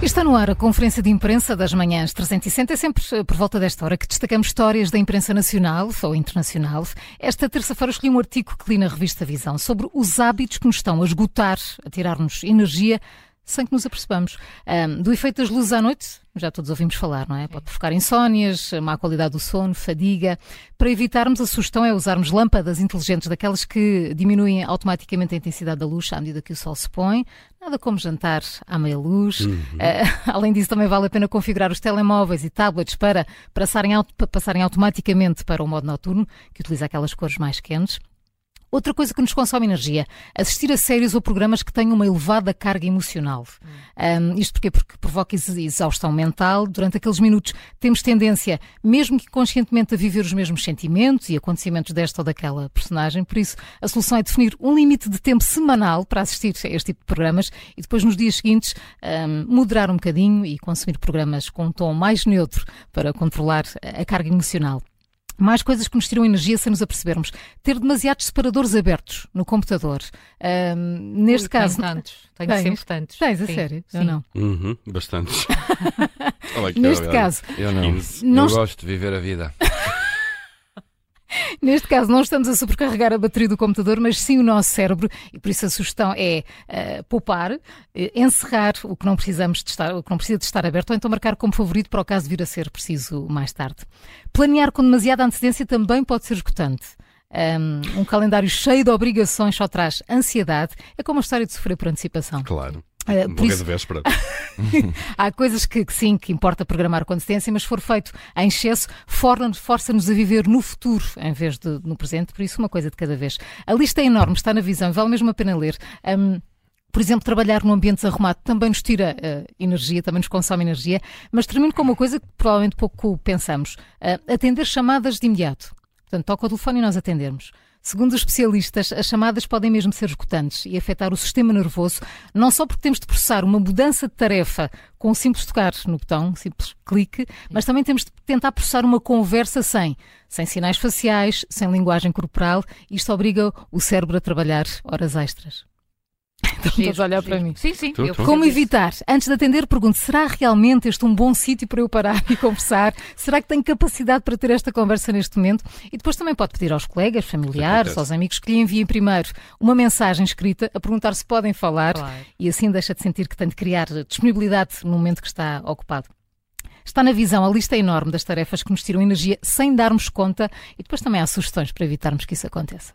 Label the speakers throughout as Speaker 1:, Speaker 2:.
Speaker 1: Está no ar a conferência de imprensa das manhãs 360, é sempre eh, por volta desta hora que destacamos histórias da imprensa nacional ou internacional. Esta terça-feira escolhi um artigo que li na revista Visão sobre os hábitos que nos estão a esgotar, a tirar-nos energia, sem que nos apercebamos. Ahm, do efeito das luzes à noite, já todos ouvimos falar, não é? Pode provocar insónias, má qualidade do sono, fadiga. Para evitarmos, a sugestão é usarmos lâmpadas inteligentes, daquelas que diminuem automaticamente a intensidade da luz à medida que o sol se põe. Nada como jantar à meia luz. Eh, além disso, também vale a pena configurar os telemóveis e tablets para passarem, auto- para passarem automaticamente para o modo noturno, que utiliza aquelas cores mais quentes. Outra coisa que nos consome energia, assistir a séries ou programas que tenham uma elevada carga emocional. Ahm, isto porquê? Porque provoca ex- exaustão mental. Durante aqueles minutos temos tendência, mesmo que conscientemente, a viver os mesmos sentimentos e acontecimentos desta ou daquela personagem. Por isso, a solução é definir um limite de tempo semanal para assistir a este tipo de programas e depois, nos dias seguintes, ahm, moderar um bocadinho e consumir programas com um tom mais neutro para controlar a a carga emocional. Mais coisas que nos tiram energia sem nos apercebermos. Ter demasiados separadores abertos no computador. Ahm, neste
Speaker 2: Ui,
Speaker 1: caso.
Speaker 2: Tenho tantos, tenho
Speaker 1: Tens?
Speaker 2: sempre tantos.
Speaker 1: Tens, a
Speaker 2: Sim,
Speaker 1: sério?
Speaker 2: sim.
Speaker 1: Ou não?
Speaker 3: Uhum, bastantes. Olha que
Speaker 1: Neste
Speaker 3: olha,
Speaker 1: caso,
Speaker 4: Eu não.
Speaker 1: não
Speaker 4: eu
Speaker 1: est-
Speaker 4: gosto de viver a vida.
Speaker 1: neste caso, não estamos a sobrecarregar a bateria do computador, mas sim o nosso cérebro, e por isso a sugestão é ah, poupar, eh, encerrar o que não precisamos de estar, o que não precisa de estar aberto, ou então marcar como favorito para o caso vir a ser preciso mais tarde. Planear com demasiada antecedência também pode ser esgotante. Ahm, um calendário cheio de obrigações só traz ansiedade. É como a história de sofrer por antecipação.
Speaker 3: Claro.
Speaker 1: Ah, por
Speaker 3: Morrer
Speaker 1: isso,
Speaker 3: de véspera.
Speaker 1: Há coisas que, que sim, que importa programar com antecedência, mas se for feito em excesso, forna- força-nos a viver no futuro em vez de no presente, por isso uma coisa de cada vez. A lista é enorme, está na visão, vale mesmo a pena ler. Hum, por exemplo, trabalhar num ambiente desarrumado também nos tira eh, energia, também nos consome energia, mas termino com uma coisa que provavelmente pouco pensamos: eh, atender chamadas de imediato. Portanto, toca o telefone e nós atendermos. Segundo os especialistas, as chamadas podem mesmo ser esgotantes e afetar o sistema nervoso, não só porque temos de processar uma mudança de tarefa com um simples tocar no botão, um simples clique, mas também temos de tentar processar uma conversa sem, sem sinais faciais, sem linguagem corporal. Isto obriga o cérebro a trabalhar horas extras. Estão todos a olhar para mim.
Speaker 2: Sim, sim.
Speaker 3: Tu,
Speaker 2: eu
Speaker 3: tu.
Speaker 1: Como
Speaker 2: percebo isso.
Speaker 1: evitar? Antes de atender, pergunto: será realmente este um bom sítio para eu parar e conversar? Será que tenho capacidade para ter esta conversa neste momento? E depois também pode pedir aos colegas, familiares,
Speaker 3: Acontece.
Speaker 1: aos amigos que lhe enviem primeiro uma mensagem escrita a perguntar se podem falar
Speaker 2: Claro.
Speaker 1: e assim deixa de sentir que tem de criar disponibilidade no momento que está ocupado. Está na visão a lista enorme das tarefas que nos tiram energia sem darmos conta e depois também há sugestões para evitarmos que isso aconteça.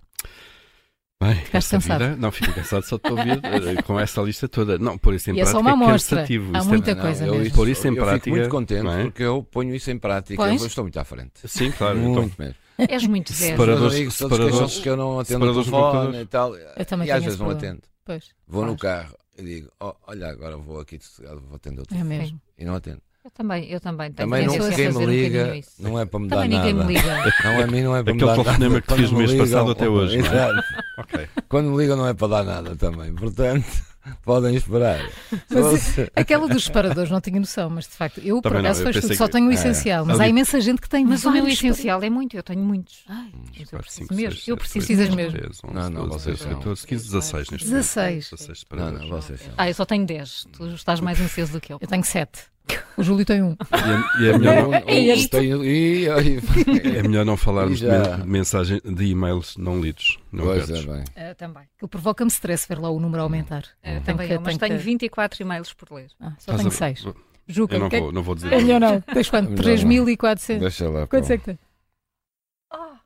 Speaker 3: Bem,
Speaker 1: Ficaste
Speaker 3: essa vida-
Speaker 1: cansado.
Speaker 3: não, fico cansado só de te ouvir eh, com essa lista toda. Não, pôr isso em
Speaker 1: E é só
Speaker 3: prática
Speaker 1: uma
Speaker 3: é
Speaker 1: amostra.
Speaker 3: cansativo.
Speaker 1: Há
Speaker 3: Isso é-
Speaker 1: muita coisa
Speaker 4: eu,
Speaker 1: mesmo.
Speaker 3: Pôr isso em
Speaker 4: eu
Speaker 3: prática,
Speaker 4: fico muito contente
Speaker 3: não é?
Speaker 4: porque eu ponho isso em prática.
Speaker 1: Pois.
Speaker 4: Eu estou muito à frente.
Speaker 3: Sim, claro.
Speaker 4: muito
Speaker 3: Então,
Speaker 4: mesmo.
Speaker 2: És muito zero.
Speaker 3: Separadores-
Speaker 4: Os meus amigos todos
Speaker 3: separadores-
Speaker 4: queixam-se que eu não atendo o
Speaker 3: separadores no
Speaker 4: telefone
Speaker 3: computador.
Speaker 4: e tal.
Speaker 1: Eu também
Speaker 4: e às
Speaker 1: tenho
Speaker 4: vezes
Speaker 1: esse
Speaker 4: não
Speaker 1: problema.
Speaker 4: atendo.
Speaker 1: Pois,
Speaker 4: Vou no carro e digo, "Oh, olha, agora vou aqui de sossegado, vou atender o
Speaker 1: é
Speaker 4: telefone.
Speaker 1: mesmo.
Speaker 4: E não atendo.
Speaker 2: Eu também, eu também tenho.
Speaker 4: Também não,
Speaker 1: tendência a
Speaker 4: quem
Speaker 2: fazer
Speaker 4: me
Speaker 2: um
Speaker 4: liga,
Speaker 2: bocadinho isso.
Speaker 4: não é para me dar
Speaker 2: Também ninguém
Speaker 4: nada.
Speaker 2: me liga.
Speaker 4: Não, a mim não é para
Speaker 3: Aquele
Speaker 4: me dar
Speaker 3: telefonema
Speaker 4: nada.
Speaker 3: que te fiz
Speaker 4: Quando
Speaker 3: mês
Speaker 4: me ligam-
Speaker 3: passado até hoje, não é?
Speaker 4: Exato.
Speaker 3: ok.
Speaker 4: Quando me ligam não é para dar nada também. Portanto, podem esperar. Se
Speaker 1: Mas é,
Speaker 4: você-
Speaker 1: Aquela dos separadores, não tinha noção, mas de facto, eu por
Speaker 3: Também não,
Speaker 1: acaso
Speaker 3: eu
Speaker 1: foi
Speaker 3: pensei
Speaker 1: estudo, só
Speaker 3: que-
Speaker 1: tenho o
Speaker 4: é.
Speaker 1: essencial, mas há
Speaker 3: Ali-
Speaker 1: imensa gente que tem
Speaker 2: Mas o meu
Speaker 1: vários
Speaker 2: essencial é muito, eu tenho muitos.
Speaker 3: Uns
Speaker 2: Mas eu
Speaker 3: quatro,
Speaker 2: preciso
Speaker 3: cinco,
Speaker 2: mesmo.
Speaker 3: seis,
Speaker 2: eu
Speaker 3: sete,
Speaker 2: preciso
Speaker 1: precisas
Speaker 3: oito, nove,
Speaker 1: mesmo.
Speaker 3: dez, onze,
Speaker 4: Não, não,
Speaker 3: doze,
Speaker 4: vocês
Speaker 3: treze,
Speaker 4: não.
Speaker 3: 14, 15, 16 neste momento.
Speaker 1: 16.
Speaker 3: 16
Speaker 4: Não, não,
Speaker 3: separadores.
Speaker 4: vocês são.
Speaker 2: Ah, eu só tenho 10. Tu estás mais ansioso do que eu.
Speaker 1: Eu tenho sete. O Júlio tem um.
Speaker 3: E é, e é melhor não,
Speaker 4: É
Speaker 2: este.
Speaker 4: Tenho... Ih, ai,
Speaker 3: é melhor não falarmos
Speaker 4: E já.
Speaker 3: de men- mensagem de e-mails não lidos, não
Speaker 4: Pois é,
Speaker 3: abertos.
Speaker 4: bem.
Speaker 2: Ah, também.
Speaker 1: Que provoca-me stress ver lá o número aumentar.
Speaker 2: Ah, também
Speaker 1: que-
Speaker 2: eu, mas
Speaker 1: tenho
Speaker 2: tenho
Speaker 1: que-
Speaker 2: 24 e-mails por ler.
Speaker 1: Ah, só
Speaker 3: Estás
Speaker 1: tenho
Speaker 3: a-
Speaker 1: seis. Juca,
Speaker 3: Eu não
Speaker 1: o que é
Speaker 3: vou, não vou dizer.
Speaker 1: que- É melhor não. Tens quanto?
Speaker 4: Melhor não.
Speaker 1: 3.400.
Speaker 4: Deixa lá.
Speaker 1: Quantos
Speaker 4: pô.
Speaker 1: é que tem?
Speaker 2: Ah,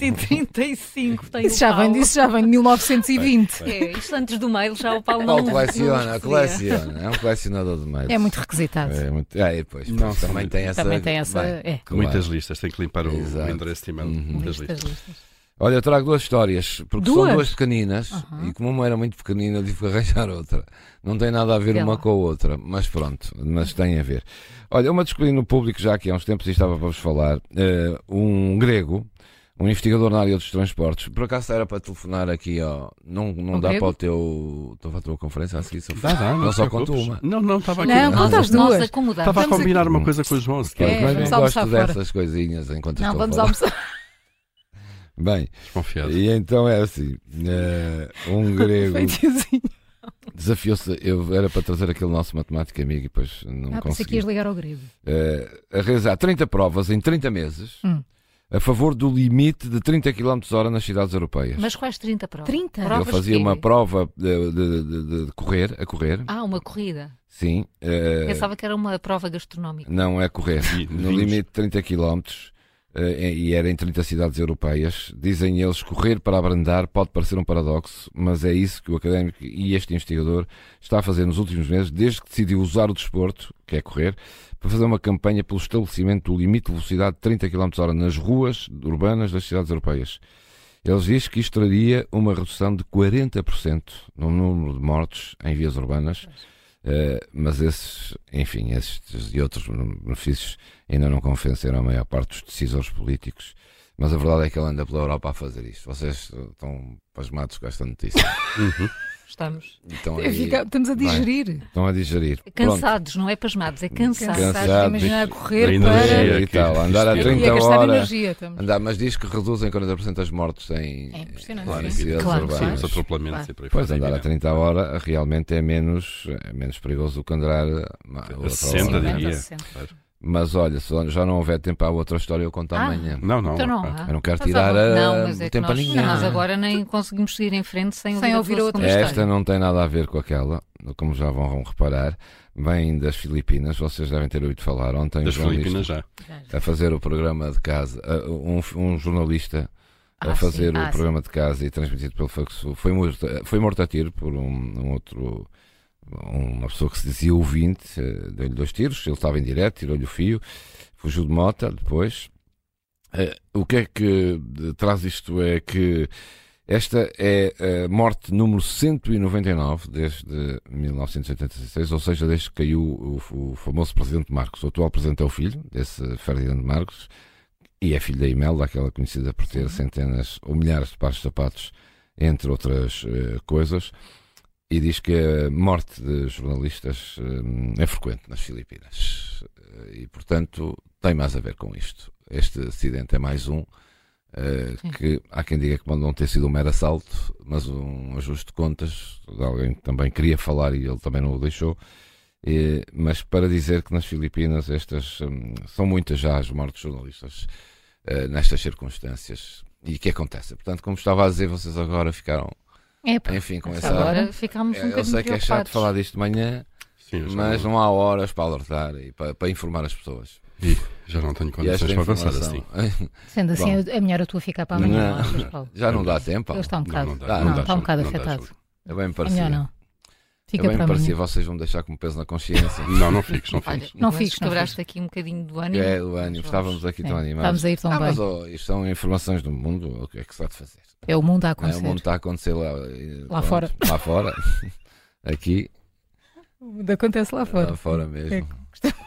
Speaker 2: 46.835. Tenho
Speaker 1: Isso já
Speaker 2: o Paulo.
Speaker 1: vem disso, já vem de 1920.
Speaker 2: É, isto antes do mail já o Paulo não.
Speaker 4: Paulo
Speaker 2: não
Speaker 4: É um coleciona,
Speaker 2: recebia.
Speaker 4: coleciona. É um colecionador de meios.
Speaker 1: É muito requisitado.
Speaker 4: É muito. Ah, e pois,
Speaker 3: Não,
Speaker 4: pois, também tem essa.
Speaker 1: Também tem essa.
Speaker 4: Bem,
Speaker 1: É.
Speaker 4: claro.
Speaker 3: Muitas listas, tem que limpar o, o
Speaker 4: Exato.
Speaker 3: endereço de e-mail.
Speaker 4: Uhum.
Speaker 3: Muitas listas.
Speaker 1: Estas listas.
Speaker 4: Olha, eu trago duas histórias, porque
Speaker 1: Duas?
Speaker 4: são duas pequeninas,
Speaker 1: Aham.
Speaker 4: e como uma era muito pequenina, eu tive que arranjar outra. Não tem nada a ver
Speaker 2: Vê
Speaker 4: uma
Speaker 2: lá.
Speaker 4: com a outra, mas pronto, mas tem a ver. Olha, uma descobri no público já aqui há uns tempos e estava para vos falar, eh, um grego, um investigador na área dos transportes, por acaso era para telefonar aqui, ó, não, não
Speaker 2: Um
Speaker 4: dá
Speaker 2: grego?
Speaker 4: para o teu. Estou para a tua conferência a seguir, se eu
Speaker 3: Dá, dá, não
Speaker 4: Não
Speaker 3: te
Speaker 4: só conto
Speaker 3: preocupes.
Speaker 4: uma.
Speaker 3: Não, não, estava aqui.
Speaker 1: Não,
Speaker 2: Nós,
Speaker 1: conta as
Speaker 2: nós
Speaker 1: duas.
Speaker 2: acomodamos.
Speaker 3: Estava a
Speaker 1: Vamos
Speaker 3: combinar
Speaker 4: aqui.
Speaker 3: uma coisa com o João. se
Speaker 4: Pois,
Speaker 1: É,
Speaker 3: quer.
Speaker 4: mas
Speaker 1: vamos
Speaker 4: eu
Speaker 1: almoçar
Speaker 4: gosto
Speaker 1: fora.
Speaker 4: dessas coisinhas enquanto
Speaker 1: Não,
Speaker 4: estou a
Speaker 1: vamos
Speaker 4: falar.
Speaker 1: almoçar.
Speaker 4: Bem,
Speaker 3: Desconfiado.
Speaker 4: e então é assim: é eh, um grego
Speaker 1: Feitiozinho.
Speaker 4: Desafiou-se, eu era para trazer aquele nosso matemático amigo e depois não
Speaker 1: ah, pensei que
Speaker 4: consegui.
Speaker 1: ias ligar ao grego.
Speaker 4: Eh, a realizar 30 provas em 30 meses
Speaker 1: Hum.
Speaker 4: a favor do limite de 30 km hora nas cidades europeias.
Speaker 2: Mas quais 30 provas?
Speaker 1: 30? Eu
Speaker 4: eu
Speaker 2: Provas
Speaker 4: fazia
Speaker 2: quê?
Speaker 4: uma prova de, de- de- de correr, a correr,
Speaker 2: Ah, uma corrida.
Speaker 4: sim. eh,
Speaker 2: Pensava que era uma prova gastronómica.
Speaker 4: Não é correr.
Speaker 3: Vi-
Speaker 4: No
Speaker 3: vimos.
Speaker 4: limite de 30 km, eh, e era em 30 cidades europeias, dizem eles correr para abrandar pode parecer um paradoxo, mas é isso que o académico e este investigador está a fazer nos últimos meses, desde que decidiu usar o desporto, que é correr, para fazer uma campanha pelo estabelecimento do limite de velocidade de 30 km hora nas ruas urbanas das cidades europeias. Eles dizem que isto traria uma redução de 40% no número de mortes em vias urbanas, eh, mas esses, enfim, esses e outros benefícios ainda não convenceram a maior parte dos decisores políticos. Mas a verdade é que ele anda pela Europa a fazer isto. Vocês eh, estão pasmados com esta notícia.
Speaker 3: Uhum.
Speaker 2: Estamos
Speaker 4: Estão, aí-
Speaker 1: Fica- Estamos a
Speaker 4: Bem.
Speaker 1: digerir.
Speaker 4: estão a digerir. Pronto.
Speaker 2: cansados, não é pasmados, é cansados.
Speaker 4: Cansados.
Speaker 1: Cansados de imaginar
Speaker 4: bicho.
Speaker 1: correr
Speaker 3: Da
Speaker 1: para.
Speaker 3: energia
Speaker 4: E
Speaker 3: que
Speaker 4: tal, andar a
Speaker 3: isto é.
Speaker 4: 30
Speaker 1: E a gastar
Speaker 4: horas.
Speaker 1: energia. Estamos.
Speaker 4: Andar, mas diz que reduzem 40% as mortes em,
Speaker 1: É impressionante.
Speaker 3: Claro,
Speaker 4: em
Speaker 3: sim.
Speaker 4: cidades
Speaker 1: Claro,
Speaker 3: Sim,
Speaker 4: urbanas.
Speaker 3: os atropelamentos
Speaker 1: Claro.
Speaker 3: e por aí
Speaker 4: Pois
Speaker 3: fora,
Speaker 4: andar a
Speaker 3: evidente.
Speaker 4: 30 horas realmente é menos, é menos perigoso do que andar a outra hora.
Speaker 3: 60, diria.
Speaker 1: 60.
Speaker 3: Claro.
Speaker 4: Mas olha, se já não houver tempo, há outra história eu conto
Speaker 2: Ah.
Speaker 4: amanhã.
Speaker 3: Não, não.
Speaker 2: Então não
Speaker 3: pá.
Speaker 2: há.
Speaker 4: Eu não quero
Speaker 1: Mas
Speaker 4: tirar
Speaker 1: agora-
Speaker 4: ah,
Speaker 2: Não, mas é que
Speaker 4: tempo a
Speaker 2: nós,
Speaker 4: ninguém.
Speaker 2: nós agora nem conseguimos seguir em frente sem,
Speaker 1: Sem ouvir
Speaker 2: ouvir a
Speaker 1: a
Speaker 2: tua
Speaker 1: outra
Speaker 2: segunda
Speaker 1: história.
Speaker 4: Esta não tem nada a ver com aquela, como já vão reparar. Vem das Filipinas, vocês devem ter ouvido falar. Ontem, um
Speaker 3: Das
Speaker 4: jornalista
Speaker 3: Filipinas já.
Speaker 4: a fazer o programa de casa, ah, um, um jornalista a
Speaker 2: Ah,
Speaker 4: fazer
Speaker 2: sim.
Speaker 4: o
Speaker 2: Ah,
Speaker 4: programa de casa e transmitido pelo Fox Sul. foi morto, foi morto a tiro por um, um outro uma pessoa que se dizia ouvinte eh, deu-lhe dois tiros, ele estava em direto tirou-lhe o fio, fugiu de mota depois Eh, o que é que de- traz isto é que esta é a morte número 199 desde 1986, ou seja, desde que caiu o, o famoso presidente Marcos. O atual presidente é o filho desse Ferdinando Marcos e é filho da Imelda, aquela conhecida por ter centenas ou milhares de pares de sapatos, entre outras eh, coisas. E diz que a morte de jornalistas eh, é frequente nas Filipinas. Eh, E, portanto, tem mais a ver com isto. Este acidente é mais um. eh,
Speaker 2: Sim.
Speaker 4: que há quem diga que pode não ter sido um mero assalto, mas um ajuste de contas de alguém que também queria falar e ele também não o deixou. Eh, mas para dizer que nas Filipinas estas hum, são muitas já as mortes de jornalistas eh, nestas circunstâncias e que acontecem. Portanto, como estava a dizer, vocês agora ficaram,
Speaker 1: É, pá.
Speaker 4: enfim, com essa.
Speaker 2: Agora ficámos um
Speaker 4: Eu,
Speaker 2: bocadinho
Speaker 4: sei que é chato
Speaker 2: preocupados.
Speaker 4: falar disto de manhã,
Speaker 3: Sim, eu já
Speaker 4: mas não há horas para alertar e para, para informar as pessoas.
Speaker 3: Ih, Já não tenho
Speaker 4: E esta
Speaker 3: condições para avançar assim.
Speaker 4: informação-
Speaker 1: Sendo assim,
Speaker 4: Bom.
Speaker 1: é melhor a tua ficar para amanhã.
Speaker 4: Não.
Speaker 1: Não. achas, Paulo?
Speaker 4: Já não dá tempo.
Speaker 1: Ele está um
Speaker 3: É Não, não
Speaker 1: bocado.
Speaker 3: dá,
Speaker 4: Ah,
Speaker 3: não
Speaker 4: não,
Speaker 3: dá
Speaker 1: está um
Speaker 3: jogo,
Speaker 1: bocado
Speaker 3: não dá
Speaker 1: afetado.
Speaker 3: jogo.
Speaker 4: É bem
Speaker 1: É
Speaker 4: parecido.
Speaker 1: melhor não.
Speaker 4: É
Speaker 1: Fica
Speaker 4: bem
Speaker 1: para
Speaker 4: parecido.
Speaker 1: amanhã.
Speaker 4: Vocês vão deixar com um peso na consciência.
Speaker 3: Não, não fiques, não
Speaker 2: Olha,
Speaker 3: fiques.
Speaker 1: Não
Speaker 2: mas
Speaker 1: fiques, não
Speaker 2: quebraste aqui um bocadinho do ânimo.
Speaker 4: é o ânimo. Estávamos aqui
Speaker 1: Sim,
Speaker 4: tão animados.
Speaker 1: É, Estamos a ir tão
Speaker 4: Ah,
Speaker 1: bem.
Speaker 4: mas oh, isto são informações do mundo. O que é que se há de fazer?
Speaker 1: É o mundo a
Speaker 4: Não é? O
Speaker 1: acontecer.
Speaker 4: mundo está a acontecer lá, eh,
Speaker 1: Lá fora.
Speaker 4: Lá fora. Aqui,
Speaker 1: O mundo acontece lá fora.
Speaker 4: lá fora
Speaker 1: É
Speaker 4: mesmo.
Speaker 1: que gostamos.